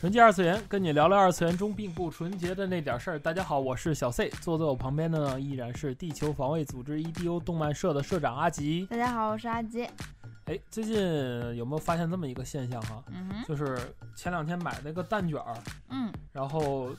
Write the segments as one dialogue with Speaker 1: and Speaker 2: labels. Speaker 1: 纯洁二次元，跟你聊聊二次元中并不纯洁的那点事儿。大家好，我是小 C，坐在我旁边的呢依然是地球防卫组织 EDO 动漫社的社长阿吉。
Speaker 2: 大家好，我是阿吉。
Speaker 1: 哎，最近有没有发现这么一个现象哈、
Speaker 2: 嗯哼，
Speaker 1: 就是前两天买那个蛋卷儿，
Speaker 2: 嗯，
Speaker 1: 然后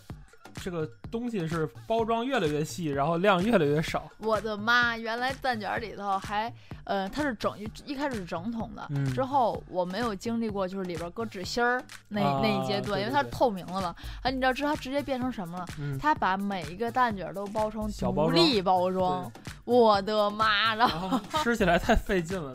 Speaker 1: 这个东西是包装越来越细，然后量越来越少。
Speaker 2: 我的妈！原来蛋卷里头还，呃，它是整一一开始是整桶的，
Speaker 1: 嗯
Speaker 2: 之后我没有经历过就是里边搁纸芯儿那、
Speaker 1: 啊
Speaker 2: 那一阶段，
Speaker 1: 对
Speaker 2: 因为它
Speaker 1: 对对
Speaker 2: 透明了嘛。啊，你知道这它直接变成什么了？
Speaker 1: 嗯，
Speaker 2: 它把每一个蛋卷都包成
Speaker 1: 小包
Speaker 2: 独立包装，我的妈！然后
Speaker 1: 然后吃起来太费劲了。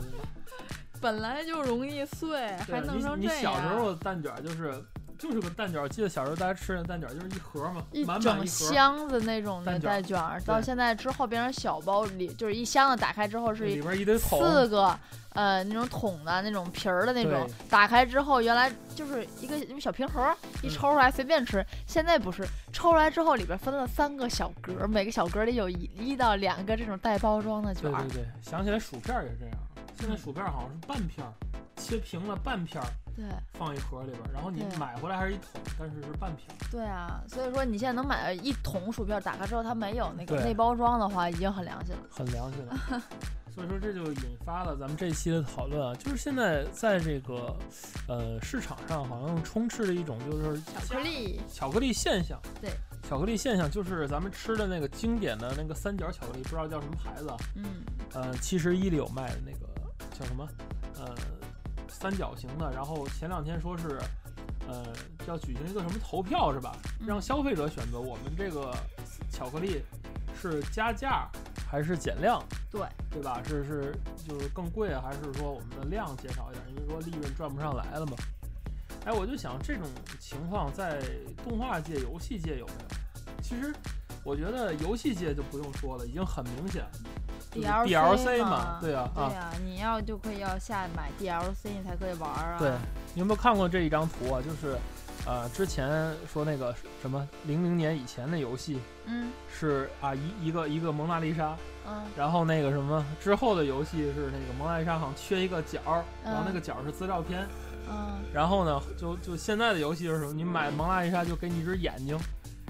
Speaker 2: 本来就容易碎，
Speaker 1: 对
Speaker 2: 还弄成
Speaker 1: 你
Speaker 2: 这
Speaker 1: 你
Speaker 2: 样。
Speaker 1: 小时候的蛋卷儿就是就是个蛋卷儿，记得小时候大家吃的蛋卷儿就是一盒嘛，
Speaker 2: 一
Speaker 1: 满满
Speaker 2: 整
Speaker 1: 一盒，
Speaker 2: 箱子那种的
Speaker 1: 蛋卷儿
Speaker 2: 蛋卷儿，到
Speaker 1: 对
Speaker 2: 现在之后变成小包里，就是一箱子打开之后是一
Speaker 1: 里边一堆桶。
Speaker 2: 四个呃那种桶的那种皮儿的那种
Speaker 1: 对，
Speaker 2: 打开之后原来就是一个小平盒儿，一
Speaker 1: 嗯
Speaker 2: 抽出来随便吃。现在不是，抽出来之后里边分了三个小格儿，每个小格儿里有一一到两个这种带包装的卷
Speaker 1: 对
Speaker 2: 儿
Speaker 1: 对。对，想起来薯片儿也是这样，现
Speaker 2: 嗯
Speaker 1: 在薯片儿好像是半片儿，切平了半片儿
Speaker 2: 对
Speaker 1: 放一盒里边儿，然后你
Speaker 2: 对
Speaker 1: 买回来还是一桶，但是是半片儿。
Speaker 2: 对啊，所以说你现在能买一桶薯片，打开之后它没有那个
Speaker 1: 对
Speaker 2: 内包装的话，已经很良心了。
Speaker 1: 很良心了。 所以说，这就引发了咱们这期的讨论啊，就是现在在这个呃市场上，好像充斥着一种就是
Speaker 2: 巧克力，
Speaker 1: 巧克力现象。
Speaker 2: 对，
Speaker 1: 巧克力现象就是咱们吃的那个经典的那个三角巧克力，不知道叫什么牌子啊，
Speaker 2: 嗯，
Speaker 1: 呃，七十一里有卖的那个叫什么，呃，三角形的。然后前两天说是，呃，要举行一个什么投票是吧？
Speaker 2: 嗯
Speaker 1: 让消费者选择我们这个巧克力是加价还是减量，
Speaker 2: 对。
Speaker 1: 对吧？是是就是更贵啊，还是说我们的量减少一点？因为说利润赚不上来了嘛。哎，我就想这种情况在动画界、游戏界有没有？其实我觉得游戏界就不用说了，已经很明显了。就是
Speaker 2: DLC
Speaker 1: DLC
Speaker 2: 嘛
Speaker 1: 对啊，
Speaker 2: 对
Speaker 1: 啊，
Speaker 2: 呀、你要就可以要下买 DLC 你才可以玩儿啊。
Speaker 1: 对，你有没有看过这一张图啊？就是，呃，之前说那个什么零零年以前的游戏
Speaker 2: 嗯
Speaker 1: 是啊一一个一个蒙娜丽莎，
Speaker 2: 嗯
Speaker 1: 然后那个什么之后的游戏是那个蒙娜丽莎好像缺一个角儿，然后那
Speaker 2: 嗯
Speaker 1: 个角儿是资料片，
Speaker 2: 嗯，
Speaker 1: 然后呢就就现在的游戏就是什么，你买蒙娜丽莎就给你一只眼睛，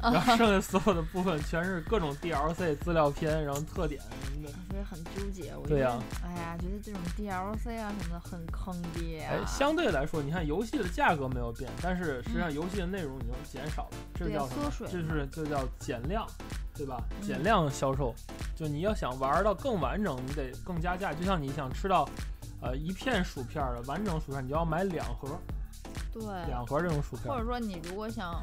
Speaker 1: 然 后剩下所有的部分全是各种 DLC 资料片，然后特点什么的。
Speaker 2: 所以很纠结。我
Speaker 1: 对
Speaker 2: 觉
Speaker 1: 呀
Speaker 2: 得，哎呀，觉得这种 DLC 啊什么的很坑爹、啊。
Speaker 1: 哎，相对来说，你看游戏的价格没有变，但是实际上游戏的内容已经减少了，这
Speaker 2: 嗯对
Speaker 1: 叫什么
Speaker 2: 缩？水
Speaker 1: 这是这叫减量，对吧？
Speaker 2: 嗯
Speaker 1: 减量销售，就你要想玩到更完整，你得更加价。就像你想吃到，呃，一片薯片儿的完整薯片儿，你就要买两盒，
Speaker 2: 对，
Speaker 1: 两盒这种薯片
Speaker 2: 嗯或
Speaker 1: 儿
Speaker 2: 者。说你如果想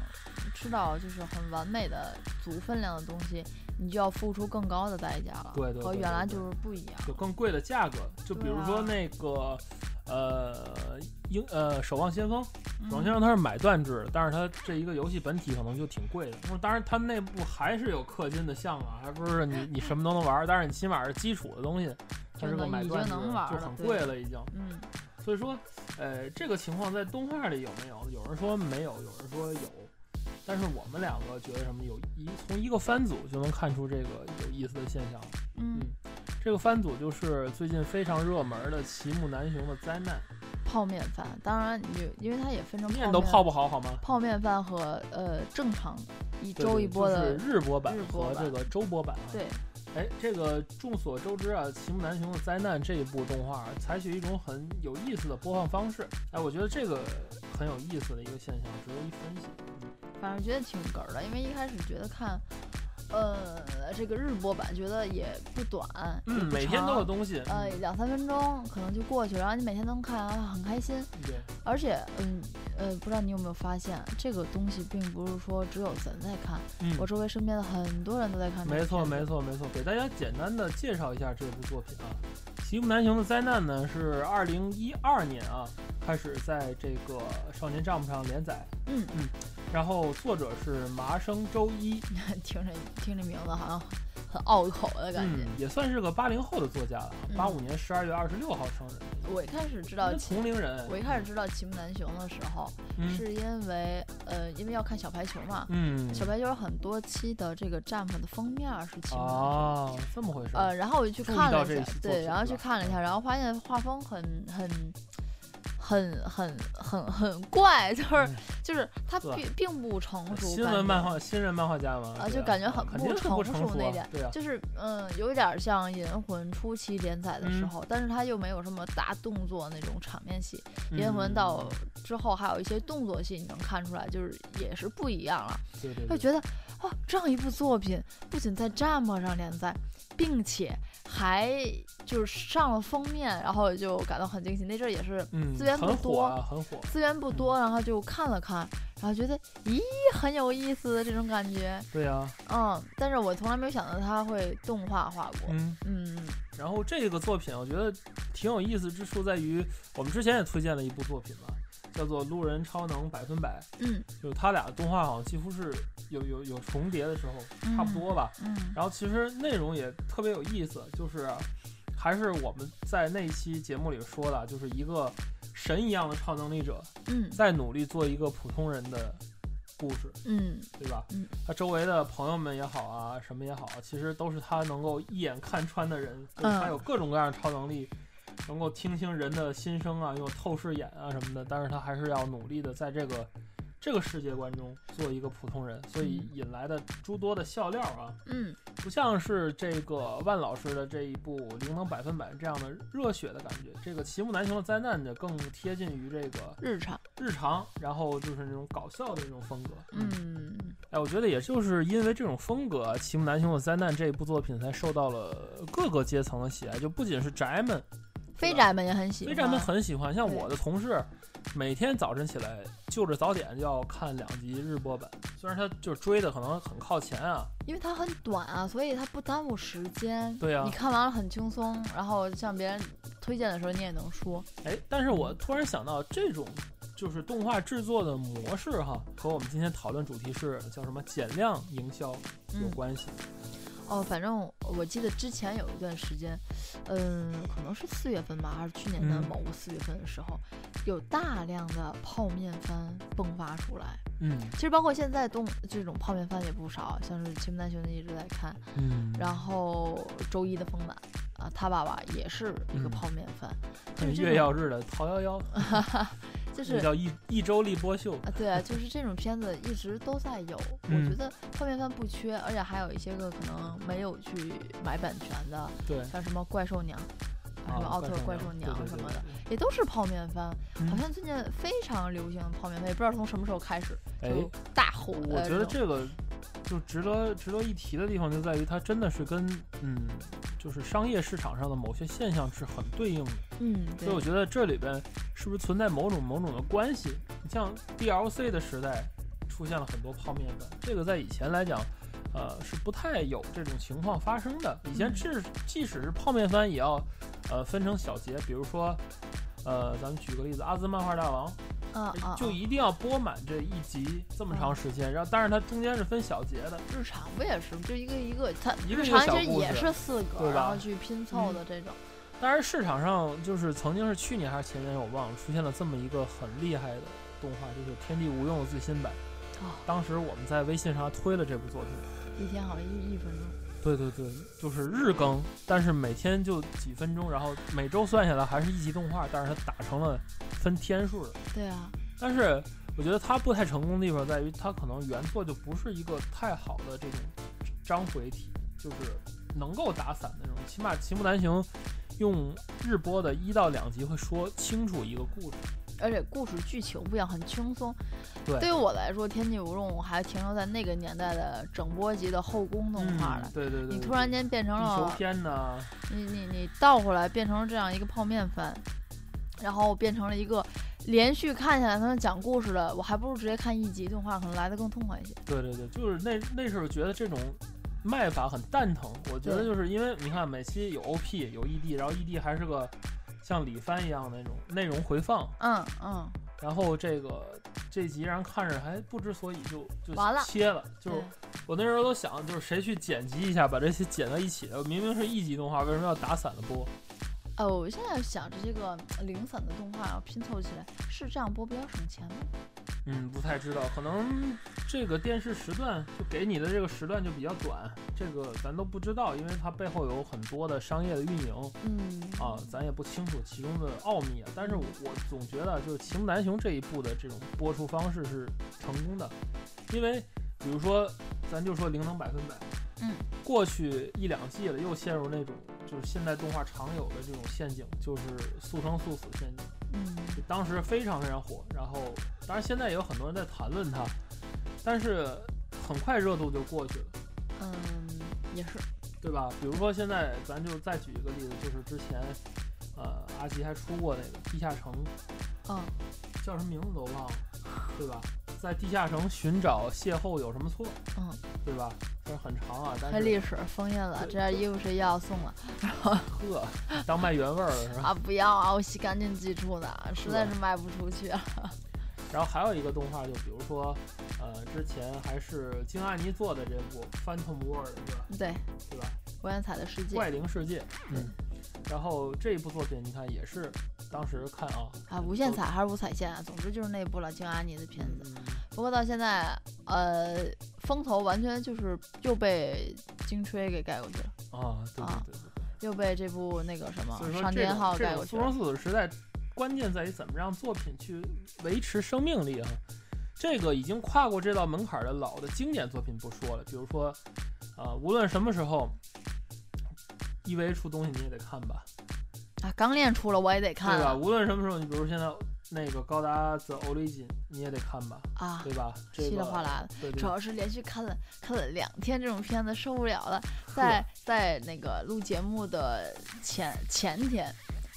Speaker 2: 吃到就是很完美的足分量的东西，你就要付出更高的代价了，
Speaker 1: 对对对
Speaker 2: 和
Speaker 1: 对
Speaker 2: 原来
Speaker 1: 对
Speaker 2: 就是不一样。
Speaker 1: 有更贵的价格，就比
Speaker 2: 啊
Speaker 1: 如说那个，呃，英呃《守望先锋》，
Speaker 2: 嗯
Speaker 1: 《守望先锋》它是买断制的，但是它这一个游戏本体可能就挺贵的。那么当然它内部还是有氪金的项目啊，还不是你你什么都能玩儿，但是你起码是基础的东西，它是个买断制
Speaker 2: 就能已经能
Speaker 1: 的，
Speaker 2: 玩
Speaker 1: 就
Speaker 2: 了
Speaker 1: 很
Speaker 2: 对
Speaker 1: 贵了已经。
Speaker 2: 嗯
Speaker 1: 所以说，呃，这个情况在动画里有没有？有人说没有，有人说有。但是我们两个觉得什么有一从一个番组就能看出这个有意思的现象。
Speaker 2: 嗯
Speaker 1: 嗯，这个番组就是最近非常热门的齐木楠雄的灾难，
Speaker 2: 泡面饭，当然你因为它也分成
Speaker 1: 面都泡不好好吗？
Speaker 2: 泡面饭和呃正常一
Speaker 1: 对
Speaker 2: 周
Speaker 1: 对
Speaker 2: 一波的
Speaker 1: 就是日播版
Speaker 2: 日播
Speaker 1: 和
Speaker 2: 版
Speaker 1: 这个周播版。
Speaker 2: 对，
Speaker 1: 哎，这个众所周知啊，《齐木楠雄的灾难》这一部动画采取一种很有意思的播放方式，哎，我觉得这个很有意思的一个现象，值得一分析。
Speaker 2: 反正觉得挺哏儿的，因为一开始觉得看，呃，这个日播版觉得也不短，也
Speaker 1: 嗯，
Speaker 2: 不
Speaker 1: 每天都有
Speaker 2: 长
Speaker 1: 东西。
Speaker 2: 呃
Speaker 1: 嗯
Speaker 2: 两三分钟可能就过去了，然后你每天都能看，啊很开心。
Speaker 1: 对，
Speaker 2: 而且，嗯呃，不知道你有没有发现，这个东西并不是说只有咱在看，
Speaker 1: 嗯
Speaker 2: 我周围身边的很多人都在看。
Speaker 1: 没错，没。错，没错。给大家简单的介绍一下这部作品啊，《媳妇难行的灾难呢，是二零一二年啊开始在这个少年帐篷上连载，
Speaker 2: 嗯，
Speaker 1: 然后作者是麻生周一，
Speaker 2: 听着听这名字好像很拗口的感觉
Speaker 1: 嗯。，也算是个八零后的作家了，
Speaker 2: 嗯
Speaker 1: 八五年十二月二十六号生人，
Speaker 2: 我一开始知道
Speaker 1: 嗯那同龄人，
Speaker 2: 我一开始知道《奇木南雄》的时候，
Speaker 1: 嗯
Speaker 2: 是因为呃，因为要看小排球嘛，
Speaker 1: 嗯
Speaker 2: 小排球有很多期的这个占卜的封面是奇木南
Speaker 1: 啊，
Speaker 2: 雄。
Speaker 1: 这么回事，
Speaker 2: 呃，然后我就去
Speaker 1: 注意
Speaker 2: 看
Speaker 1: 到
Speaker 2: 了
Speaker 1: 这
Speaker 2: 一
Speaker 1: 一
Speaker 2: 下
Speaker 1: 期，作
Speaker 2: 对，
Speaker 1: 品
Speaker 2: 然后
Speaker 1: 是
Speaker 2: 去
Speaker 1: 吧
Speaker 2: 看了一下，然后发现画风很很很很很很怪，就是
Speaker 1: 嗯
Speaker 2: 就是它
Speaker 1: 呵
Speaker 2: 并并不成熟，
Speaker 1: 新
Speaker 2: 感
Speaker 1: 闻漫
Speaker 2: 觉
Speaker 1: 画新人漫画家嘛，
Speaker 2: 啊
Speaker 1: 对
Speaker 2: 就感觉很
Speaker 1: 肯
Speaker 2: 不
Speaker 1: 定是不
Speaker 2: 成
Speaker 1: 成
Speaker 2: 熟
Speaker 1: 熟
Speaker 2: 那
Speaker 1: 啊
Speaker 2: 点
Speaker 1: 对啊，
Speaker 2: 就是嗯，有一点像《银魂》初期连载的
Speaker 1: 嗯
Speaker 2: 时候，但是它又没有什么大动作那种场面戏。银魂
Speaker 1: 嗯》
Speaker 2: 到之后还有一些动作戏，你能看出来，就是也是不一样了。
Speaker 1: 对对对，
Speaker 2: 会觉得，哦，这样一部作品不仅在站榜上连载，并且还就是上了封面，然后就感到很惊喜。那阵儿也是
Speaker 1: 嗯，
Speaker 2: 资源不
Speaker 1: 很火
Speaker 2: 多
Speaker 1: 啊，很火，
Speaker 2: 资源不多，然后就看了看，然后觉得，咦，很有意思的这种感觉。
Speaker 1: 对啊，
Speaker 2: 嗯，但是我从来没有想到它会动画化过。
Speaker 1: 嗯。
Speaker 2: 嗯
Speaker 1: 然后这个作品我觉得挺有意思之处在于，我们之前也推荐了一部作品嘛，叫做《路人超能百分百
Speaker 2: 嗯》，
Speaker 1: 就是它俩动画好像几乎是有有有重叠的时候，差不多吧。
Speaker 2: 嗯
Speaker 1: 然后其实内容也特别有意思，就是还是我们在那期节目里说的，就是一个神一样的超能力者
Speaker 2: 嗯
Speaker 1: 在努力做一个普通人的故事，
Speaker 2: 嗯
Speaker 1: 对吧
Speaker 2: 嗯？
Speaker 1: 他周围的朋友们也好啊，什么也好，其实都是他能够一眼看穿的人，就是他有各种各样的超能力，能够听清人的心声啊，有透视眼啊什么的。但是他还是要努力的在这个这个世界观中做一个普通人，所以引来的诸多的笑料啊，
Speaker 2: 嗯
Speaker 1: 不像是这个万老师的这一部《灵能百分百》这样的热血的感觉。这个《奇木难雄的灾难》呢，更贴近于这个
Speaker 2: 日常
Speaker 1: 日常，然后就是那种搞笑的那种风格。。
Speaker 2: 嗯
Speaker 1: 哎，我觉得也就是因为这种风格，《齐木楠雄的灾难》这一部作品才受到了各个阶层的喜爱，就不仅是宅们，
Speaker 2: 飞宅们也很喜
Speaker 1: 非
Speaker 2: 欢，
Speaker 1: 宅们很喜欢。像
Speaker 2: 对
Speaker 1: 我的同事，每天早晨起来就着早点就要看两集日播版，虽然他就是追的可能很靠前啊，
Speaker 2: 因为它很短啊，所以它不耽误时间。
Speaker 1: 对啊
Speaker 2: 你看完了很轻松，然后向别人推荐的时候你也能说。
Speaker 1: 哎，但是我突然想到，这种就是动画制作的模式哈，和我们今天讨论主题是叫什么“减量营销”有
Speaker 2: 嗯
Speaker 1: 关系。
Speaker 2: 哦，反正我记得之前有一段时间，嗯，可能是四月份吧，还是去年的
Speaker 1: 嗯
Speaker 2: 某个四月份的时候，有大量的泡面番迸发出来。
Speaker 1: 嗯
Speaker 2: 其实包括现在动这种泡面番也不少，像是《奇木男兄弟》一直在看，
Speaker 1: 嗯
Speaker 2: 然后周一的丰满啊，他爸爸也是一个
Speaker 1: 嗯
Speaker 2: 泡面番，就是
Speaker 1: 嗯
Speaker 2: 这
Speaker 1: 月
Speaker 2: 种
Speaker 1: 曜日的桃夭夭，这
Speaker 2: 就是
Speaker 1: 叫一一周立波秀。
Speaker 2: 啊，对啊，就是这种片子一直都在有，
Speaker 1: 嗯
Speaker 2: 我觉得泡面番不缺，而且还有一些个可能没有去买版权的，
Speaker 1: 对，
Speaker 2: 像什么怪兽娘，
Speaker 1: 啊，
Speaker 2: 啊，什么奥特怪兽
Speaker 1: 兽
Speaker 2: 娘
Speaker 1: 对对
Speaker 2: 什么
Speaker 1: 对
Speaker 2: 的，
Speaker 1: 对
Speaker 2: 也都是泡面番。
Speaker 1: 嗯
Speaker 2: 好像最近非常流行的泡面番，也不知道从什么时候开始就
Speaker 1: 哎，
Speaker 2: 大火
Speaker 1: 我
Speaker 2: 的
Speaker 1: 觉得
Speaker 2: 种
Speaker 1: 这个就值得值得一提的地方就在于它真的是跟嗯，就是商业市场上的某些现象是很对应的，
Speaker 2: 嗯，
Speaker 1: 所以我
Speaker 2: 对，
Speaker 1: 觉得这里边是不是存在某种某种的关系？你像 DLC 的时代出现了很多泡面粉，这个在以前来讲。呃，是不太有这种情况发生的。以前
Speaker 2: 嗯
Speaker 1: 即使即使是泡面番，也要，呃，分成小节。比如说，呃，咱们举个例子，阿兹漫画大王，
Speaker 2: 啊啊，
Speaker 1: 就
Speaker 2: 啊
Speaker 1: 一定要播满这一集这么
Speaker 2: 嗯
Speaker 1: 长时间，然后但是它中间是分小节的，
Speaker 2: 日常不也是，就一个一个，它
Speaker 1: 一个
Speaker 2: 日
Speaker 1: 一个
Speaker 2: 常
Speaker 1: 小
Speaker 2: 其实
Speaker 1: 故
Speaker 2: 也
Speaker 1: 事
Speaker 2: 是四
Speaker 1: 对吧
Speaker 2: 个，然后去拼凑
Speaker 1: 嗯
Speaker 2: 的这种，
Speaker 1: 当然，市场上就是曾经是去年还是前年，我忘了，出现了这么一个很厉害的动画，就是《天地无用》的最新版。
Speaker 2: 哦，
Speaker 1: 当时我们在微信上推了这部作品。
Speaker 2: 一天好像一一分钟。
Speaker 1: 对对对，就是日更，但是每天就几分钟，然后每周算下来还是一集动画，但是它打成了分天数的。
Speaker 2: 对啊，
Speaker 1: 但是我觉得它不太成功的地方在于，它可能原作就不是一个太好的这种章回体，就是能够打散的那种。起码《奇木难行》用日播的一到两集会说清楚一个故事。
Speaker 2: 而且故事剧情不一样，很轻松。
Speaker 1: 对
Speaker 2: 于我来说，《天地无用》我还停留在那个年代的整波集的后宫动画了。
Speaker 1: 嗯对对对，
Speaker 2: 你突然间变成
Speaker 1: 地球
Speaker 2: 了
Speaker 1: 篇呐，
Speaker 2: 你你你倒回来变成了这样一个泡面番，然后变成了一个连续看下来他们讲故事的，我还不如直接看一集动画，可能来的更痛快一些。
Speaker 1: 对对对，就是那那时候觉得这种卖法很蛋疼。我觉得
Speaker 2: 对
Speaker 1: 就是因为你看每期有 OP 有 ED，然后 ED 还是个像李帆一样那种内容回放，
Speaker 2: 嗯嗯，
Speaker 1: 然后这个这集让人看着还不知所以就就
Speaker 2: 完了嗯
Speaker 1: 切了，就
Speaker 2: 对
Speaker 1: 是我那时候都想，就是谁去剪辑一下，把这些剪到一起的？明明是一集动画，为什么要打散了播？
Speaker 2: 哦，我现在想着这个零散的动画要拼凑起来，是这样播比较省钱吗？
Speaker 1: 嗯，不太知道，可能这个电视时段就给你的这个时段就比较短，这个咱都不知道，因为它背后有很多的商业的运营
Speaker 2: 嗯
Speaker 1: 啊，咱也不清楚其中的奥秘啊。但是我我总觉得，就是《情南雄》这一部的这种播出方式是成功的，因为比如说，咱就说《灵能百分百》，
Speaker 2: 嗯，
Speaker 1: 过去一两季了，又陷入那种就是现代动画常有的这种陷阱，就是速生速死陷阱。
Speaker 2: 嗯
Speaker 1: 就当时非常非常火，然后当然现在也有很多人在谈论它，但是很快热度就过去了，
Speaker 2: 嗯，也是，
Speaker 1: 对吧？比如说现在咱就再举一个例子，就是之前呃阿吉还出过那个地下城，
Speaker 2: 嗯
Speaker 1: 叫什么名字都忘了，对吧？在地下城寻找邂逅有什么错？
Speaker 2: 嗯，
Speaker 1: 对吧？这很长啊，但
Speaker 2: 黑
Speaker 1: 是
Speaker 2: 历史封印了，
Speaker 1: 对
Speaker 2: 这件衣服谁要送了
Speaker 1: 呵，当卖原味儿了是 吧？
Speaker 2: 啊？不要啊，我洗干净寄出呢，实在是卖不出去。
Speaker 1: 然后还有一个动画，就比如说呃之前还是金阿尼做的这部《Phantom World》是吧？
Speaker 2: 对，
Speaker 1: 对吧？
Speaker 2: 五颜彩的世界
Speaker 1: 怪灵世界，嗯，然后这一部作品你看也是当时看啊
Speaker 2: 啊，无限彩还是五彩线啊，总之就是那部了，京阿尼的片子。
Speaker 1: 嗯
Speaker 2: 不过到现在，呃，风头完全就是又被金吹给盖过去了，
Speaker 1: 啊，对对
Speaker 2: 啊
Speaker 1: 对对
Speaker 2: 又被这部那个什么
Speaker 1: 所以
Speaker 2: 《
Speaker 1: 说
Speaker 2: 长
Speaker 1: 这
Speaker 2: 天
Speaker 1: 种
Speaker 2: 号》
Speaker 1: 这
Speaker 2: 盖
Speaker 1: 种
Speaker 2: 过去
Speaker 1: 速
Speaker 2: 了
Speaker 1: 龙。速死时代，关键在于怎么让作品去维持生命力啊。这个已经跨过这道门槛的老的经典作品不说了，比如说，呃，无论什么时候，EVA 出东西你也得看吧，
Speaker 2: 啊，刚练出了我也得看
Speaker 1: 对吧？
Speaker 2: 啊
Speaker 1: 无论什么时候，你比如现在那个高达 The Origin 你也得看吧，
Speaker 2: 啊，
Speaker 1: 对吧？这
Speaker 2: 稀里
Speaker 1: 个
Speaker 2: 哗啦的。
Speaker 1: 对对
Speaker 2: 主要是连续看了看了两天这种片子，受不了了。在在那个录节目的前前天，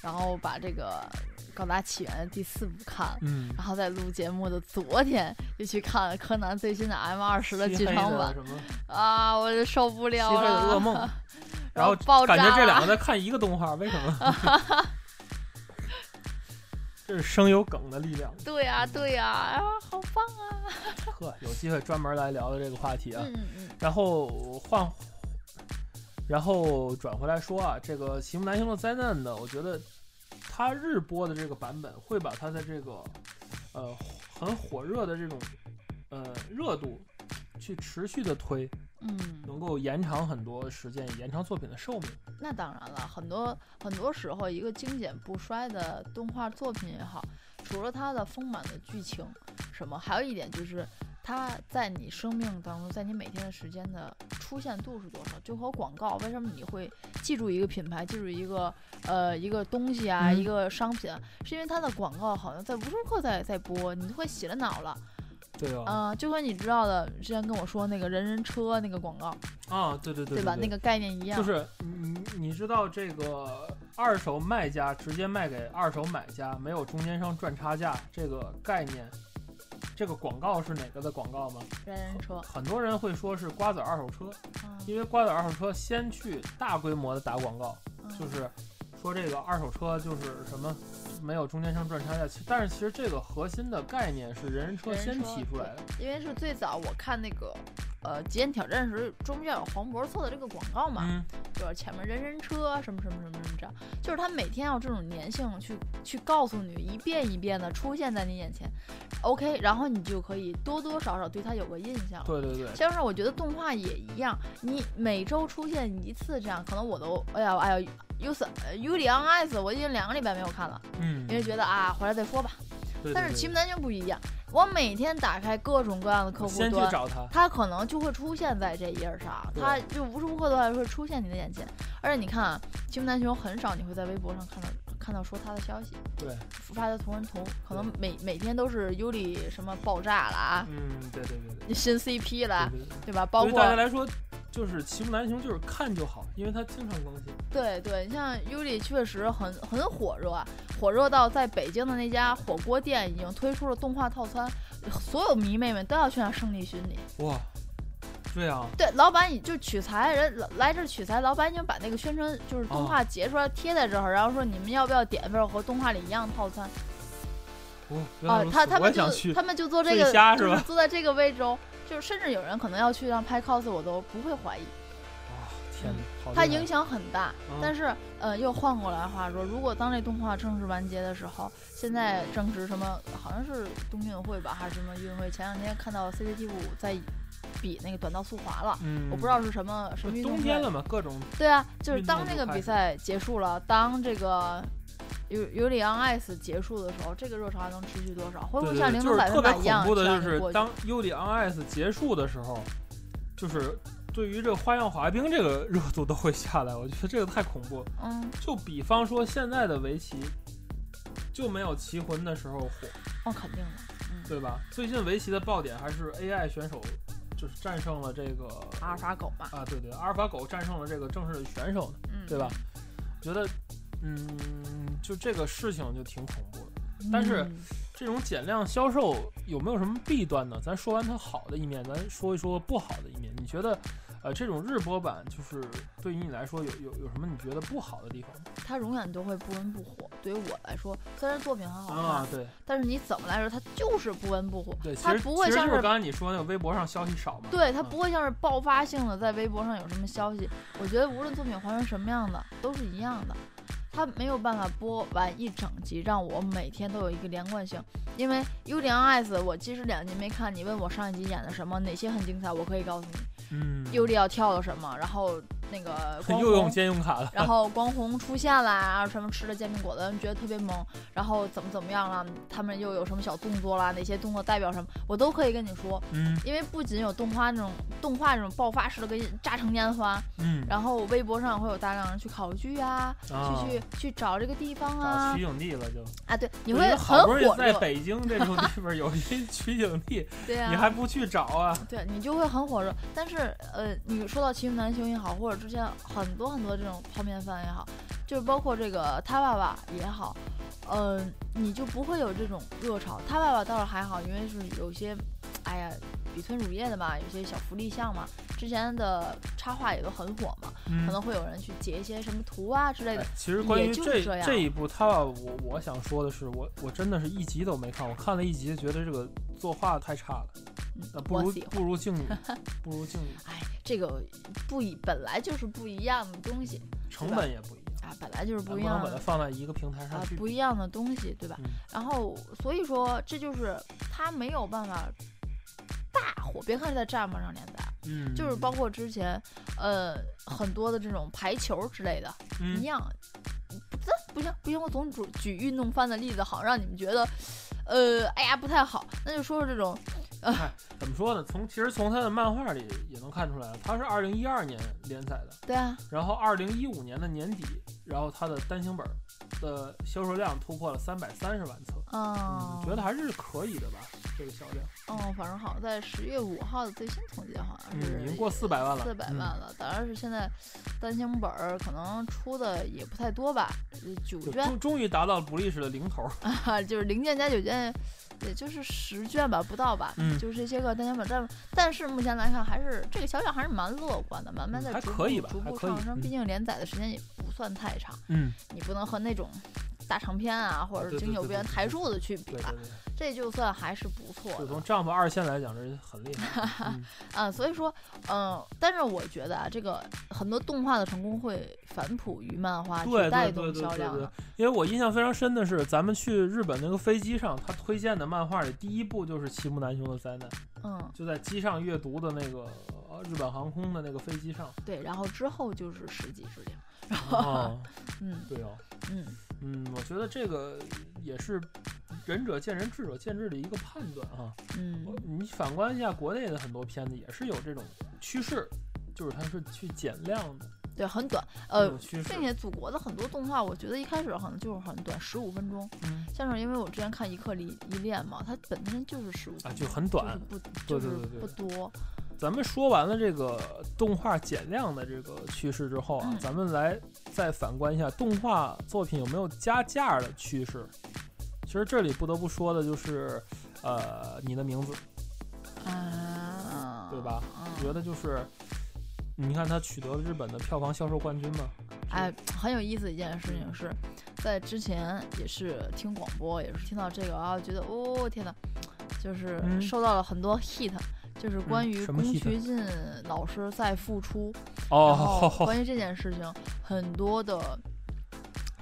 Speaker 2: 然后把这个《高达起源》第四部看了，
Speaker 1: 嗯，
Speaker 2: 然后在录节目的昨天又去看了柯南最新的 M 二十的剧场版
Speaker 1: 什么
Speaker 2: 啊，我就受不
Speaker 1: 漆
Speaker 2: 了
Speaker 1: 黑的噩
Speaker 2: 了。
Speaker 1: 梦， 然
Speaker 2: 然
Speaker 1: 后
Speaker 2: 后爆炸啊
Speaker 1: 感觉这两个
Speaker 2: 了
Speaker 1: 在看一个动画，为什 么？这是生有梗的力量，
Speaker 2: 对呀、对呀、啊，好棒啊！
Speaker 1: 呵，有机会专门来聊聊这个话题啊。
Speaker 2: 嗯嗯
Speaker 1: 然后换，然后转回来说啊，这个《奇木南星的灾难》呢，我觉得它日播的这个版本会把它的这个呃很火热的这种呃热度去持续的推，
Speaker 2: 嗯嗯，
Speaker 1: 能够延长很多时间，延长作品的寿命。
Speaker 2: 那当然了，很多很多时候，一个经典不衰的动画作品也好，除了它的丰满的剧情，什么，还有一点就是它在你生命当中，在你每天的时间的出现度是多少？就和广告，为什么你会记住一个品牌，记住一个呃一个东西啊，
Speaker 1: 嗯
Speaker 2: 一个商品啊，是因为它的广告好像在无时无刻在在播，你就会洗了脑了。
Speaker 1: 对吧？
Speaker 2: 嗯、就和你知道的之前跟我说那个人人车那个广告，
Speaker 1: 啊，对对对
Speaker 2: 吧？那个概念一样，
Speaker 1: 就是你你知道这个二手卖家直接卖给二手买家，没有中间商赚差价这个概念。这个广告是哪个的广告吗？
Speaker 2: 人人车。
Speaker 1: 很多人会说是瓜子二手车，
Speaker 2: 嗯
Speaker 1: 因为瓜子二手车先去大规模的打广告，
Speaker 2: 嗯
Speaker 1: 就是说这个二手车就是什么没有中间商赚差价。其但是其实这个核心的概念是人人车
Speaker 2: 人
Speaker 1: 先
Speaker 2: 人车
Speaker 1: 提出来的。
Speaker 2: 因为是最早我看那个呃极限挑战时，中间有黄渤做的这个广告嘛，
Speaker 1: 嗯，
Speaker 2: 就是前面人人车啊什么什么什么什么这样，就是他每天要这种粘性去去告诉你，一遍一遍的出现在你眼前，OK，然后你就可以多多少少对他有个印象了。
Speaker 1: 对对对，
Speaker 2: 像是我觉得动画也一样，你每周出现一次这样，可能我都哎呀哎呀，有三有里昂 ice，我已经两个礼拜没有看了，
Speaker 1: 嗯，
Speaker 2: 因为觉得啊回来再说吧。
Speaker 1: 对对
Speaker 2: 但是
Speaker 1: 对
Speaker 2: 奇门南京不一样，我每天打开各种各样的客户
Speaker 1: 先去
Speaker 2: 端，
Speaker 1: 找他，
Speaker 2: 它可能就会出现在这页上，
Speaker 1: 对
Speaker 2: 它就无时无刻都还会出现你的眼前。而且你看啊，青木南雄很少你会在微博上看到看到说他的消息，
Speaker 1: 对，
Speaker 2: 发的图文图，可能每每天都是尤里什么爆炸了啊，
Speaker 1: 嗯，对对对对。
Speaker 2: 新 CP 了啊，
Speaker 1: 对对对
Speaker 2: 对吧？包
Speaker 1: 对于大家
Speaker 2: 括
Speaker 1: 来说，就是《奇木难行》就是看就好，因为它经常更新。
Speaker 2: 对对，你像尤里确实很很火热，啊，火热到在北京的那家火锅店已经推出了动画套餐，所有迷妹们都要去那儿圣地巡礼。
Speaker 1: 哇，对啊，
Speaker 2: 对，老板已就取材人来来这儿取材，老板已经把那个宣传就是动
Speaker 1: 哦
Speaker 2: 画截出来贴在这儿，然后说你们要不要点一份和动画里一样的套餐
Speaker 1: 哦原来
Speaker 2: 啊
Speaker 1: 如？此
Speaker 2: 他他
Speaker 1: 我
Speaker 2: 们
Speaker 1: 也想去
Speaker 2: 就他们就坐这
Speaker 1: 醉
Speaker 2: 个
Speaker 1: 虾
Speaker 2: 就是
Speaker 1: 吧
Speaker 2: 坐在这个位置哦，就是甚至有人可能要去让拍 cos，我都不会怀疑，
Speaker 1: 啊！天哪，好厉
Speaker 2: 它
Speaker 1: 害
Speaker 2: 影响很大。
Speaker 1: 嗯
Speaker 2: 但是呃，又换过来话说，如果当这动画正式完结的时候，现在正值什么好像是冬运会吧，还是什么运会？前两天看到 CCTV 五在比那个短道速滑了。
Speaker 1: 嗯，
Speaker 2: 我不知道是什么什么运动
Speaker 1: 冬
Speaker 2: 会
Speaker 1: 天了嘛，各种
Speaker 2: 对啊，就是
Speaker 1: 运
Speaker 2: 当
Speaker 1: 动
Speaker 2: 这
Speaker 1: 就
Speaker 2: 个
Speaker 1: 开
Speaker 2: 比
Speaker 1: 始
Speaker 2: 赛结束了，当这个尤尤里昂 ice 结束的时候，这个热潮还能持续多少？会不
Speaker 1: 对
Speaker 2: 会
Speaker 1: 对
Speaker 2: 像
Speaker 1: 对
Speaker 2: 零
Speaker 1: 就
Speaker 2: 度
Speaker 1: 是
Speaker 2: 百
Speaker 1: 特
Speaker 2: 分
Speaker 1: 别
Speaker 2: 百一
Speaker 1: 恐
Speaker 2: 样
Speaker 1: 怖
Speaker 2: 这
Speaker 1: 的
Speaker 2: 样
Speaker 1: 就是
Speaker 2: 过去？
Speaker 1: 当尤里昂 S 结束的时候，就是对于这个花样滑冰这个热度都会下来，我觉得这个太恐怖了。
Speaker 2: 嗯，
Speaker 1: 就比方说现在的围棋。就没有棋魂的时候火，
Speaker 2: 那、哦肯定的。
Speaker 1: 对吧？最近围棋的爆点还是 AI 选手，就是战胜了这个
Speaker 2: 阿尔法狗嘛，
Speaker 1: 啊，对对，阿尔法狗战胜了这个正式的选手呢，
Speaker 2: 嗯，
Speaker 1: 对吧？？觉得，嗯，就这个事情就挺恐怖的。但是
Speaker 2: 嗯
Speaker 1: 这种减量销售有没有什么弊端呢？咱说完它好的一面，咱说一说不好的一面。你觉得，呃，这种日播版就是对于你来说有有有什么你觉得不好的地方吗？
Speaker 2: 它永远都会不温不火。对于我来说，虽然作品很好看，
Speaker 1: 啊，对
Speaker 2: 但是你怎么来说，它就是不温不火
Speaker 1: 对，，其
Speaker 2: 它
Speaker 1: 实
Speaker 2: 不会
Speaker 1: 其实
Speaker 2: 像
Speaker 1: 就是刚才你说那个微博上消息少嘛，
Speaker 2: 对，它
Speaker 1: 嗯
Speaker 2: 不会像是爆发性的在微博上有什么消息。我觉得无论作品换成什么样的，都是一样的。它没有办法播完一整集，让我每天都有一个连贯性。因为《优良 S》，我即使两集没看，你问我上一集演的什么，哪些很精彩，我可以告诉你，
Speaker 1: 嗯，
Speaker 2: 尤利要跳了什么，然后那个 光
Speaker 1: 又用
Speaker 2: 红
Speaker 1: 信用卡了，
Speaker 2: 然后光红出现啦，然啊后什么吃了煎饼果子，觉得特别萌，然后怎么怎么样啦，他们又有什么小动作啦，哪些动作代表什么，我都可以跟你说，
Speaker 1: 嗯
Speaker 2: 因为不仅有动画那种动画那种爆发式的给你炸成烟花，
Speaker 1: 嗯，
Speaker 2: 然后微博上会有大量人去考据啊，
Speaker 1: 啊
Speaker 2: 去去去找这个地方
Speaker 1: 找
Speaker 2: 啊
Speaker 1: 取，景地了就，
Speaker 2: 啊对，你
Speaker 1: 我
Speaker 2: 会
Speaker 1: 觉得
Speaker 2: 很
Speaker 1: 好不容易
Speaker 2: 火
Speaker 1: 在
Speaker 2: 热，
Speaker 1: 北京这种地方有一取景地，
Speaker 2: 对
Speaker 1: 你
Speaker 2: 啊
Speaker 1: 还，不去找啊？
Speaker 2: 对你就会很火热。但是呃，你说到《奇遇男星》也好，或者之前很多很多这种泡面番也好，就是包括这个他爸爸也好，嗯、你就不会有这种热潮。他爸爸倒是还好，因为是有些，哎呀，比村乳业的嘛，有些小福利项嘛，之前的插画也都很火嘛，
Speaker 1: 嗯
Speaker 2: 可能会有人去截一些什么图啊之类的
Speaker 1: 哎。其实关
Speaker 2: 也
Speaker 1: 于
Speaker 2: 就
Speaker 1: 这
Speaker 2: 是这样
Speaker 1: 一部，他吧，我我想说的是，我我真的是一集都没看，我看了一集，觉得这个作画太差了，
Speaker 2: 嗯
Speaker 1: 呃，不
Speaker 2: 我
Speaker 1: 如
Speaker 2: 喜欢。
Speaker 1: 不如 敬语，不如敬语，
Speaker 2: 哎，这个不一本来就是不一样的东西
Speaker 1: 成本也不一样，
Speaker 2: 啊，本来就是
Speaker 1: 咱
Speaker 2: 不
Speaker 1: 不
Speaker 2: 一样
Speaker 1: 哎能把
Speaker 2: 的
Speaker 1: 它放在一个平台上
Speaker 2: 啊
Speaker 1: 去比。
Speaker 2: 不一样的东西，对吧？
Speaker 1: 嗯
Speaker 2: 然后所以说这就是他没有办法大火，别看是在站榜上连载，
Speaker 1: 嗯，
Speaker 2: 啊就是包括之前呃很多的这种排球之类的，一
Speaker 1: 嗯
Speaker 2: 样。不这不行不行，我总举举运动番的例子，好像让你们觉得，呃，哎呀不太好。那就说说这种，
Speaker 1: 怎么说呢？从其实从他的漫画里也能看出来，他是二零一二年连载的，
Speaker 2: 对啊，
Speaker 1: 然后二零一五年的年底，然后他的单行本的销售量突破了三百三十万册，
Speaker 2: 嗯
Speaker 1: 嗯，，觉得还是可以的吧，这个销量。
Speaker 2: 嗯，反正好像在十月五号的最新统计好像是
Speaker 1: 嗯已经过400万了
Speaker 2: 四百
Speaker 1: 嗯
Speaker 2: 万了。当然是现在单行本儿可能出的也不太多吧，呃九
Speaker 1: 就
Speaker 2: 卷
Speaker 1: 终终于达到了不历史的零 头。
Speaker 2: 啊，就是零卷加九卷，也就是十卷吧，不到吧，
Speaker 1: 嗯
Speaker 2: 就是这些个单行本儿。但但是目前来看，还是这个销量还是蛮乐观的，慢慢
Speaker 1: 嗯
Speaker 2: 在
Speaker 1: 还
Speaker 2: 逐步、
Speaker 1: 可以吧
Speaker 2: 逐
Speaker 1: 还
Speaker 2: 步
Speaker 1: 可以
Speaker 2: 上升。
Speaker 1: 嗯
Speaker 2: 毕竟连载的时间也不算太长，
Speaker 1: 嗯，
Speaker 2: 你不能和那种。大长篇啊，或者
Speaker 1: 对
Speaker 2: 是
Speaker 1: 对
Speaker 2: 经久
Speaker 1: 对
Speaker 2: 不
Speaker 1: 对
Speaker 2: 厌
Speaker 1: 对
Speaker 2: 台数的去比
Speaker 1: 对对
Speaker 2: 吧，
Speaker 1: 对，
Speaker 2: 这就算还是不错
Speaker 1: 就
Speaker 2: 啊的。
Speaker 1: 从丈夫二线来讲，这很厉害。嗯
Speaker 2: 啊，所以说，嗯、但是我觉得啊，这个很多动画的成功会反哺于漫画，
Speaker 1: 对
Speaker 2: 去带
Speaker 1: 对对
Speaker 2: 动
Speaker 1: 对
Speaker 2: 销
Speaker 1: 对
Speaker 2: 量啊
Speaker 1: 对
Speaker 2: 的。，
Speaker 1: 因为我印象非常深的是，咱们去日本那个飞机上，他推荐的漫画里第一部就是《齐木楠雄的灾难》，
Speaker 2: 嗯，
Speaker 1: 就在机上阅读的那个呃日本航空的那个飞机 上。
Speaker 2: 对，然后之后就是十级之灵，
Speaker 1: 哦，
Speaker 2: 嗯
Speaker 1: 对哦，
Speaker 2: 嗯，
Speaker 1: 嗯，我觉得这个也是仁者见仁，智者见智的一个判断啊。
Speaker 2: 嗯，
Speaker 1: 你反观一下国内的很多片子，也是有这种趋势，就是它是去减量的
Speaker 2: 对，很短，
Speaker 1: 这
Speaker 2: 呃
Speaker 1: 种，趋势。
Speaker 2: 并且祖国的很多动画，我觉得一开始可能就是很短，十五分钟，
Speaker 1: 嗯
Speaker 2: 像是因为我之前看《一刻离一恋》嘛，它本身就是十五
Speaker 1: 啊，就很短。
Speaker 2: 就是
Speaker 1: 对
Speaker 2: 不就
Speaker 1: 对
Speaker 2: 是
Speaker 1: 对对
Speaker 2: 不多，
Speaker 1: 咱们说完了这个动画减量的这个趋势之后啊，
Speaker 2: 嗯
Speaker 1: 咱们来再反观一下动画作品有没有加价的趋势。其实这里不得不说的就是，呃，你的名字，
Speaker 2: 啊，
Speaker 1: 对吧？我
Speaker 2: 嗯，
Speaker 1: 觉得就是，你看它取得了日本的票房销售冠军嘛，
Speaker 2: 哎，很有意思的一件事情是，在之前也是听广播，也是听到这个啊，觉得哦天哪，就是
Speaker 1: 嗯
Speaker 2: 受到了很多 hit，、就是关
Speaker 1: 嗯
Speaker 2: 于
Speaker 1: 什么
Speaker 2: 宫
Speaker 1: hit？
Speaker 2: 崎骏老师在复出，然后
Speaker 1: 哦，
Speaker 2: 关于这件事情，很多的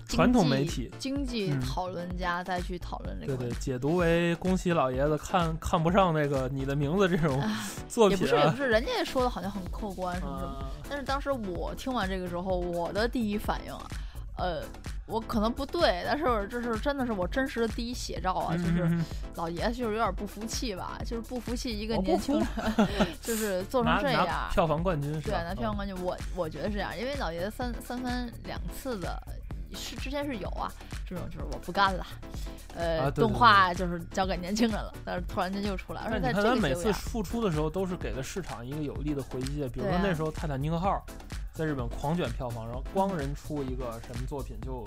Speaker 2: 经
Speaker 1: 传统
Speaker 2: 济
Speaker 1: 媒体
Speaker 2: 经济
Speaker 1: 嗯
Speaker 2: 讨论家再去讨论这个
Speaker 1: 对
Speaker 2: 问
Speaker 1: 对，
Speaker 2: 题。
Speaker 1: 解读为宫崎老爷子看看不上那个你的名字这种
Speaker 2: 唉
Speaker 1: 作
Speaker 2: 也不
Speaker 1: 品
Speaker 2: 是也不
Speaker 1: 啊。
Speaker 2: 是，人家说的好像很客观什么什么，
Speaker 1: 啊
Speaker 2: 但是当时我听完这个时候，我的第一反应啊，呃，我可能不对，但是这是真的是我真实的第一写照啊，就是
Speaker 1: 嗯
Speaker 2: 老爷子就是有点不服气吧，就是不服气一个
Speaker 1: 我不
Speaker 2: 年轻人
Speaker 1: 服
Speaker 2: 就是做成
Speaker 1: 拿
Speaker 2: 这
Speaker 1: 拿
Speaker 2: 样，
Speaker 1: 票房冠军是
Speaker 2: 对
Speaker 1: 吧？，
Speaker 2: 拿票房冠军，我我觉得是这样，因为老爷子三三番两次的，是之前是有啊，这种就是我不干了，呃，
Speaker 1: 啊对对
Speaker 2: 动画就是交给年轻人了，但是突然间又出来，而
Speaker 1: 但
Speaker 2: 且
Speaker 1: 你
Speaker 2: 在
Speaker 1: 看
Speaker 2: 这
Speaker 1: 他
Speaker 2: 个
Speaker 1: 每
Speaker 2: 节骨
Speaker 1: 次
Speaker 2: 眼儿，
Speaker 1: 复出的时候，都是给了市场一个有力的回击。比如
Speaker 2: 对
Speaker 1: 说
Speaker 2: 啊
Speaker 1: 那时候《泰坦尼克号》在日本狂卷票房，然后光人出一个什么作品就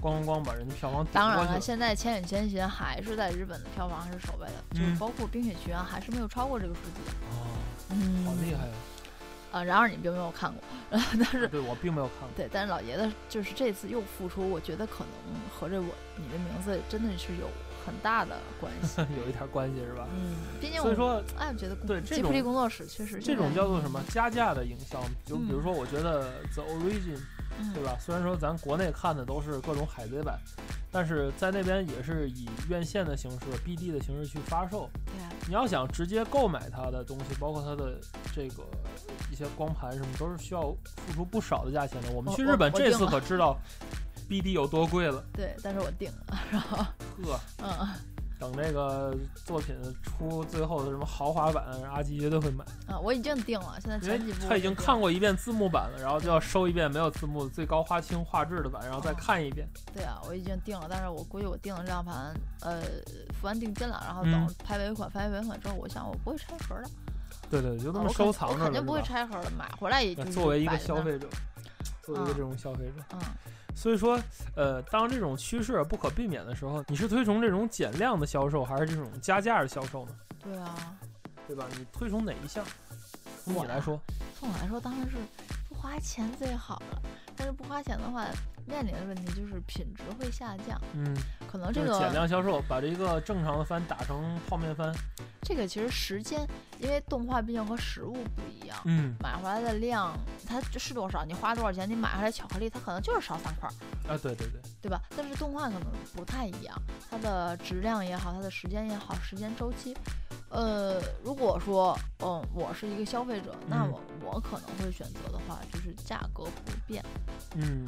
Speaker 1: 咣咣咣把人家票房顶
Speaker 2: 当然
Speaker 1: 过
Speaker 2: 了，
Speaker 1: 去了。
Speaker 2: 现在《千与千寻》还是在日本的票房还是首位的，就是
Speaker 1: 嗯
Speaker 2: 包括《冰雪奇缘》还是没有超过这个数字，
Speaker 1: 哦，
Speaker 2: 嗯，
Speaker 1: 好厉害呀！
Speaker 2: 啊！然而你并没有看过，但是
Speaker 1: 对我并没有看过。
Speaker 2: 对，但是老爷子就是这次又复出，我觉得可能和这我你的名字真的是有很大的关 系，
Speaker 1: 有一点关系是吧？
Speaker 2: 嗯，毕竟
Speaker 1: 所以
Speaker 2: 我
Speaker 1: 说
Speaker 2: 哎，我觉得工
Speaker 1: 对这
Speaker 2: 吉卜力
Speaker 1: 种
Speaker 2: 工作室确实
Speaker 1: 这
Speaker 2: 现
Speaker 1: 种
Speaker 2: 在
Speaker 1: 叫做什么加价的营销，就比
Speaker 2: 嗯
Speaker 1: 如说我觉得 The Origin 对
Speaker 2: 嗯
Speaker 1: 吧？虽然说咱国内看的都是各种海贼版，但是在那边也是以院线的形式、BD 的形式去发售。
Speaker 2: 对啊，
Speaker 1: 你要想直接购买它的东西，包括它的这个一些光盘什么，都是需要付出不少的价钱的。我们
Speaker 2: 我
Speaker 1: 去
Speaker 2: 我
Speaker 1: 日本
Speaker 2: 我
Speaker 1: 这
Speaker 2: 定
Speaker 1: 次
Speaker 2: 了
Speaker 1: 可知道 BD 有多贵了，
Speaker 2: 对，但是我定了，
Speaker 1: 呵，
Speaker 2: 嗯
Speaker 1: 等这个作品出最后的什么豪华版，阿基绝对会买，
Speaker 2: 啊，我已经定了，现在
Speaker 1: 因为
Speaker 2: 前几部
Speaker 1: 他已经看
Speaker 2: 过，
Speaker 1: 过一遍字幕版了，然后就要收一遍没有字幕的最高花清画质的版，然后再
Speaker 2: 哦
Speaker 1: 看一遍。
Speaker 2: 对啊，我已经定了，但是我估计我定了这张盘，呃，付完定金了，然后
Speaker 1: 嗯
Speaker 2: 等拍尾款，拍完尾款之后，我想我不会拆盒的，
Speaker 1: 对对，就
Speaker 2: 啊我
Speaker 1: 那么
Speaker 2: 肯
Speaker 1: 收藏
Speaker 2: 我
Speaker 1: 着
Speaker 2: 肯
Speaker 1: 了
Speaker 2: 定不会
Speaker 1: 是吧。
Speaker 2: 拆盒的，买回来也就
Speaker 1: 那
Speaker 2: 是
Speaker 1: 作为一
Speaker 2: 摆
Speaker 1: 个
Speaker 2: 在
Speaker 1: 消
Speaker 2: 那儿，
Speaker 1: 费者，作为一个
Speaker 2: 嗯
Speaker 1: 这种消费者。
Speaker 2: 嗯，
Speaker 1: 所以说，呃，当这种趋势不可避免的时候，你是推崇这种减量的销售，还是这种加价的销售呢？
Speaker 2: 对啊，
Speaker 1: 对吧？你推崇哪一项？从你
Speaker 2: 我呀啊
Speaker 1: 来说，
Speaker 2: 从我来说当然是不花钱最好了，但是不花钱的话，面临的问题就是品质会下降，
Speaker 1: 嗯，
Speaker 2: 可能
Speaker 1: 就
Speaker 2: 这
Speaker 1: 是
Speaker 2: 个
Speaker 1: 减量销售，把这一个正常的番打成泡面番，
Speaker 2: 这个其实时间，因为动画毕竟和实物不一样，
Speaker 1: 嗯
Speaker 2: 买回来的量它是多少，你花多少钱，你买回来巧克力它可能就是少三块儿，
Speaker 1: 啊，对对对，
Speaker 2: 对吧？但是动画可能不太一样，它的质量也好，它的时间也好，时间周期。呃，如果说，嗯，我是一个消费者，那
Speaker 1: 嗯
Speaker 2: 我我可能会选择的话，就是价格不变，
Speaker 1: 嗯，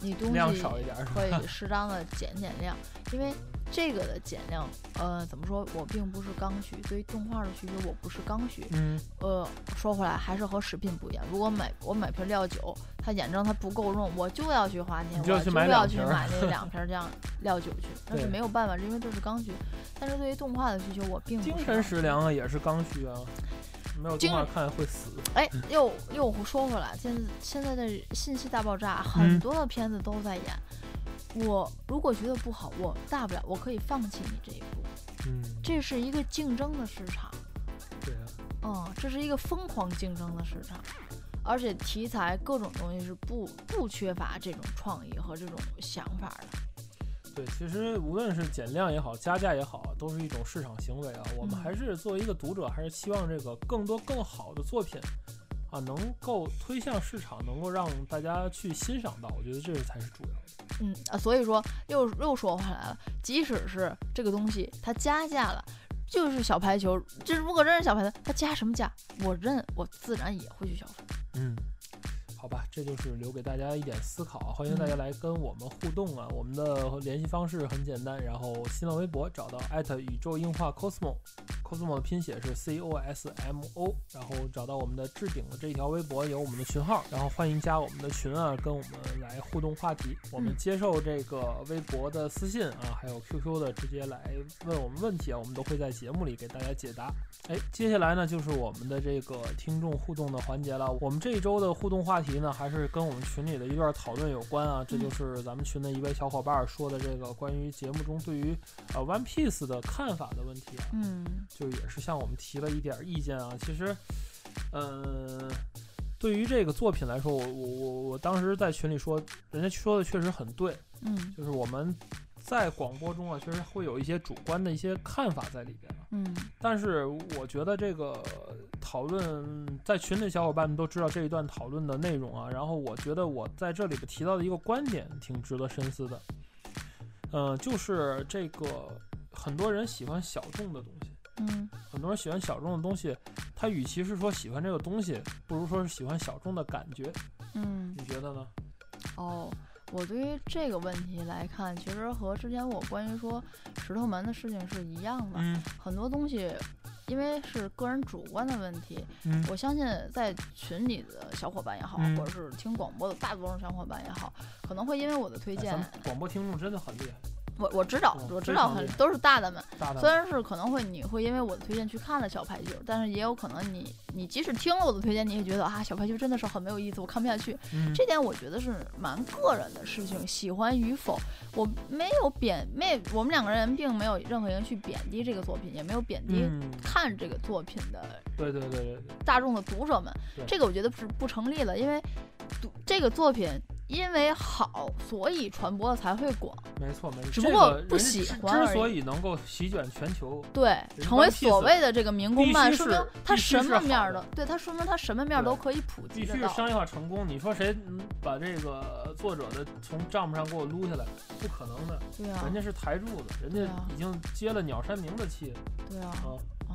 Speaker 2: 你东西嗯
Speaker 1: 量少一点儿是吧
Speaker 2: 可以适当的减减量，因为这个的减量，呃，怎么说？我并不是刚需，对于动画的需求，我不是刚需。
Speaker 1: 嗯，
Speaker 2: 呃，说回来还是和食品不一样。如果买我买瓶料酒，它眼睁它不够用，我就要去花钱，
Speaker 1: 你就
Speaker 2: 我
Speaker 1: 去
Speaker 2: 就
Speaker 1: 买
Speaker 2: 要
Speaker 1: 两
Speaker 2: 去
Speaker 1: 瓶儿
Speaker 2: 买 那两瓶儿这样料酒去，那是
Speaker 1: 对
Speaker 2: 没有办法，因为这是刚需。但是对于动画的需求，我并不
Speaker 1: 精
Speaker 2: 是
Speaker 1: 神
Speaker 2: 很
Speaker 1: 食粮啊也是刚需啊，没有
Speaker 2: 精
Speaker 1: 动画看会死。
Speaker 2: 哎，又又说回来，现现在的信息大爆炸，很
Speaker 1: 嗯
Speaker 2: 多的片子都在演。我如果觉得不好，我大不了我可以放弃你这一步。
Speaker 1: 嗯，
Speaker 2: 这是一个竞争的市场，
Speaker 1: 对啊，
Speaker 2: 嗯，这是一个疯狂竞争的市场，而且题材各种东西是不不缺乏这种创意和这种想法的。
Speaker 1: 对，其实无论是减量也好，加价也好，都是一种市场行为啊。我们
Speaker 2: 嗯
Speaker 1: 还是作为一个读者，还是希望这个更多更好的作品啊，能够推向市场，能够让大家去欣赏到。我觉得这才是主要的。
Speaker 2: 嗯啊，所以说又又说回来了，即使是这个东西它加价了，就是小排球，这如果真是小排球，它加什么价，我认，我自然也会去消费。
Speaker 1: 嗯，好吧，这就是留给大家一点思考啊，欢迎大家来跟我们互动啊。我们的联系方式很简单，然后新浪微博找到宇宙硬化 cosmo，cosmo 的拼写是 c o s m o，然后找到我们的置顶的这一条微博有我们的群号，然后欢迎加我们的群啊，跟我们来互动话题。我们接受这个微博的私信啊，还有 QQ 的直接来问我们问题啊，我们都会在节目里给大家解答。哎，接下来呢就是我们的这个听众互动的环节了。我们这一周的互动话题呢，还是跟我们群里的一段讨论有关啊。这就是咱们群的一位小伙伴说的这个关于节目中对于呃 One Piece 的看法的问题啊，
Speaker 2: 嗯
Speaker 1: 就是也是向我们提了一点意见啊。其实呃，对于这个作品来说，我我我我当时在群里说，人家说的确实很对，
Speaker 2: 嗯
Speaker 1: 就是我们在广播中啊，确实会有一些主观的一些看法在里边啊。
Speaker 2: 嗯
Speaker 1: 但是我觉得这个讨论在群里小伙伴们都知道这一段讨论的内容啊，然后我觉得我在这里边提到的一个观点挺值得深思的，呃，就是这个很多人喜欢小众的东西，
Speaker 2: 嗯
Speaker 1: 很多人喜欢小众的东西，他与其是说喜欢这个东西，不如说是喜欢小众的感觉，
Speaker 2: 嗯
Speaker 1: 你觉得呢？
Speaker 2: 哦，我对于这个问题来看，其实和之前我关于说石头门的事情是一样的。
Speaker 1: 嗯
Speaker 2: 很多东西，因为是个人主观的问题，
Speaker 1: 嗯
Speaker 2: 我相信在群里的小伙伴也好，
Speaker 1: 嗯
Speaker 2: 或者是听广播的大多数小伙伴也好，可能会因为我的推
Speaker 1: 哎咱
Speaker 2: 荐，
Speaker 1: 们广播听众真的很厉害，
Speaker 2: 我我知道
Speaker 1: 哦，
Speaker 2: 我
Speaker 1: 非
Speaker 2: 知道
Speaker 1: 常
Speaker 2: 很
Speaker 1: 厉害
Speaker 2: 都是大的们，
Speaker 1: 大大
Speaker 2: 虽然是可能会你会因为我的推荐去看了小排球，但是也有可能你你即使听了我的推荐，你也觉得啊小排球真的是很没有意思，我看不下去。
Speaker 1: 嗯
Speaker 2: 这点我觉得是蛮个人的事情，喜欢与否，我没有贬没我们两个人并没有任何人去贬低这个作品，也没有贬低
Speaker 1: 嗯，
Speaker 2: 看这个作品的
Speaker 1: 对对对对对，
Speaker 2: 大众的读者们
Speaker 1: 对，
Speaker 2: 这个我觉得是不成立的，因为读这个作品因为好，所以传播的才会广，
Speaker 1: 没错没错，
Speaker 2: 只
Speaker 1: 这
Speaker 2: 不过
Speaker 1: 个
Speaker 2: 不
Speaker 1: 人
Speaker 2: 喜
Speaker 1: 之
Speaker 2: 欢而
Speaker 1: 之所
Speaker 2: 已
Speaker 1: 以能够席卷全球，
Speaker 2: 对，
Speaker 1: 人
Speaker 2: 成为
Speaker 1: One Piece
Speaker 2: 所谓的这个民工漫，
Speaker 1: 必须
Speaker 2: 说明
Speaker 1: 是
Speaker 2: 它
Speaker 1: 必须
Speaker 2: 什
Speaker 1: 是
Speaker 2: 么
Speaker 1: 好
Speaker 2: 面儿
Speaker 1: 的
Speaker 2: 的，对它说明它什么面儿
Speaker 1: 对
Speaker 2: 都可以普及
Speaker 1: 必须
Speaker 2: 得
Speaker 1: 是
Speaker 2: 到。
Speaker 1: 商业化成功。你说谁嗯把这个作者的从帐幕上给我撸下来？不可能的，
Speaker 2: 对啊
Speaker 1: 人，家是台柱子，人
Speaker 2: 对
Speaker 1: 家
Speaker 2: 啊
Speaker 1: 已经接了鸟山明的气
Speaker 2: 对啊，
Speaker 1: 啊。
Speaker 2: 啊，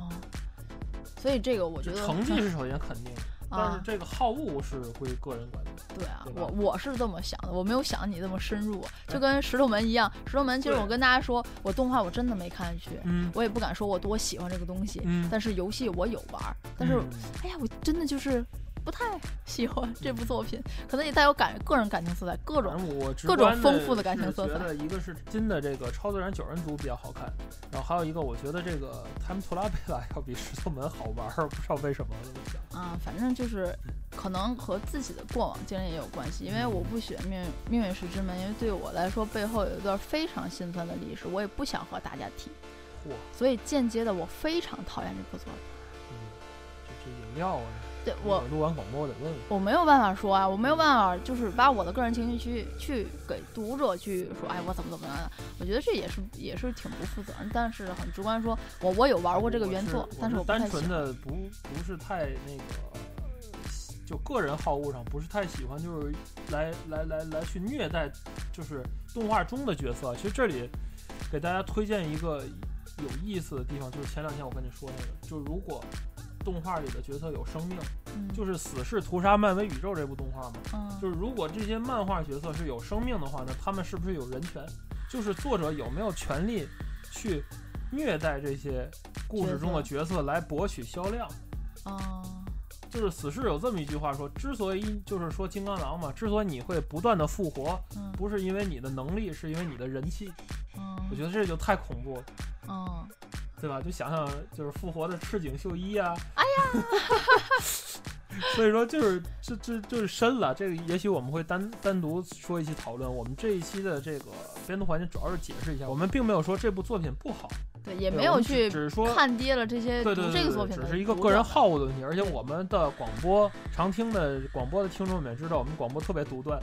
Speaker 2: 所以这个我觉
Speaker 1: 就
Speaker 2: 得
Speaker 1: 成绩是首先肯定的，但是
Speaker 2: 啊，
Speaker 1: 这个好恶是归个人管的。
Speaker 2: 对啊
Speaker 1: 对，吧
Speaker 2: 我我是这么想的，我没有想你这么深入，就跟石头门一样，石头门其实
Speaker 1: 对
Speaker 2: 我跟大家说，我动画我真的没看下去，
Speaker 1: 嗯
Speaker 2: 我也不敢说我多喜欢这个东西，
Speaker 1: 嗯，
Speaker 2: 但是游戏我有玩儿，但是哎呀，我真的就是不太喜欢这部作品，可能也带有感个人感情色彩，各
Speaker 1: 反
Speaker 2: 种
Speaker 1: 正我直
Speaker 2: 各种
Speaker 1: 观
Speaker 2: 丰富的感
Speaker 1: 是
Speaker 2: 情色
Speaker 1: 觉
Speaker 2: 彩
Speaker 1: 得一个是新的这个超自然九人组比较好看，然后还有一个我觉得这个他们图拉贝拉要比石头门好玩儿，不知道为什么我这么想。
Speaker 2: 啊，反正就是可能和自己的过往经历也有关系，因为我不喜欢命运命运石之门，因为对我来说背后有一段非常心酸的历史，我也不想和大家提，
Speaker 1: 嚯，
Speaker 2: 所以间接的我非常讨厌这部作品。
Speaker 1: 嗯，这这饮料啊，
Speaker 2: 对我
Speaker 1: 录完广播我得问问。
Speaker 2: 我没有办法说啊，我没有办法就是把我的个人情绪去去给读者去说，哎，我怎么怎么样的，我觉得这也是也是挺不负责任，但是很直观说，我我有玩过这个原作，但
Speaker 1: 是
Speaker 2: 是我不太
Speaker 1: 单
Speaker 2: 喜欢
Speaker 1: 纯。的不不是太那个，就个人好恶上不是太喜欢，就是来来来来去虐待，就是动画中的角色。其实这里给大家推荐一个有意思的地方，就是前两天我跟你说那个，就如果动画里的角色有生命，
Speaker 2: 嗯
Speaker 1: 就是《死侍屠杀漫威宇宙》这部动画嘛，
Speaker 2: 嗯
Speaker 1: 就是如果这些漫画角色是有生命的话呢，他们是不是有人权？就是作者有没有权利去虐待这些故事中的角色来博取销量？
Speaker 2: 嗯
Speaker 1: 就是死侍有这么一句话说，之所以就是说金刚狼嘛，之所以你会不断的复活，
Speaker 2: 嗯
Speaker 1: 不是因为你的能力，是因为你的人气。
Speaker 2: 嗯，
Speaker 1: 我觉得这就太恐怖了，
Speaker 2: 嗯
Speaker 1: 对吧？就想想就是复活的赤井秀一啊，哎呀， 所以说就是这这就是深了，这个也许我们会单单独说一期讨论。我们这一期的这个编读环节主要是解释一下，我们并没有说这部作品不好，
Speaker 2: 对，也
Speaker 1: 对
Speaker 2: 没
Speaker 1: 我
Speaker 2: 有
Speaker 1: 们只
Speaker 2: 去
Speaker 1: 只是说。
Speaker 2: 看低了这些
Speaker 1: 对
Speaker 2: 读
Speaker 1: 对对
Speaker 2: 这个
Speaker 1: 对
Speaker 2: 作
Speaker 1: 对
Speaker 2: 品的
Speaker 1: 只是一个
Speaker 2: 读
Speaker 1: 个人
Speaker 2: 者
Speaker 1: 好恶的问题，而且
Speaker 2: 对
Speaker 1: 我们的广播常听的广播的听众们也知道，我们广播特别独 断，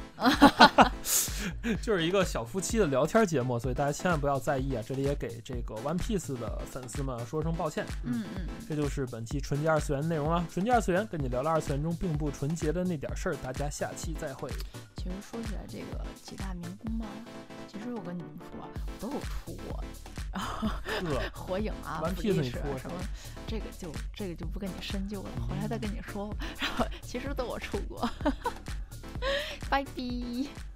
Speaker 1: 就是一个小夫妻的聊天节目，所以大家千万不要在意啊！这里也给这个 One Piece 的粉丝们说声抱歉。
Speaker 2: 嗯嗯
Speaker 1: 这就是本期纯洁二次元内容了。纯洁二次元跟你聊了二次元中并不纯洁的那点事儿，大家下期再 会。
Speaker 2: 嗯，其实说起来这个几大民工吧，其实我跟你们说啊，我都有出过的，然后
Speaker 1: 呃，
Speaker 2: 火影啊
Speaker 1: One，
Speaker 2: 普
Speaker 1: Piece
Speaker 2: 利
Speaker 1: 你
Speaker 2: 士
Speaker 1: 出过
Speaker 2: 啊
Speaker 1: 什
Speaker 2: 什
Speaker 1: 么
Speaker 2: 么，这个就这个就不跟你深究了，回 来再跟你说吧。然后其实都我出过，拜拜。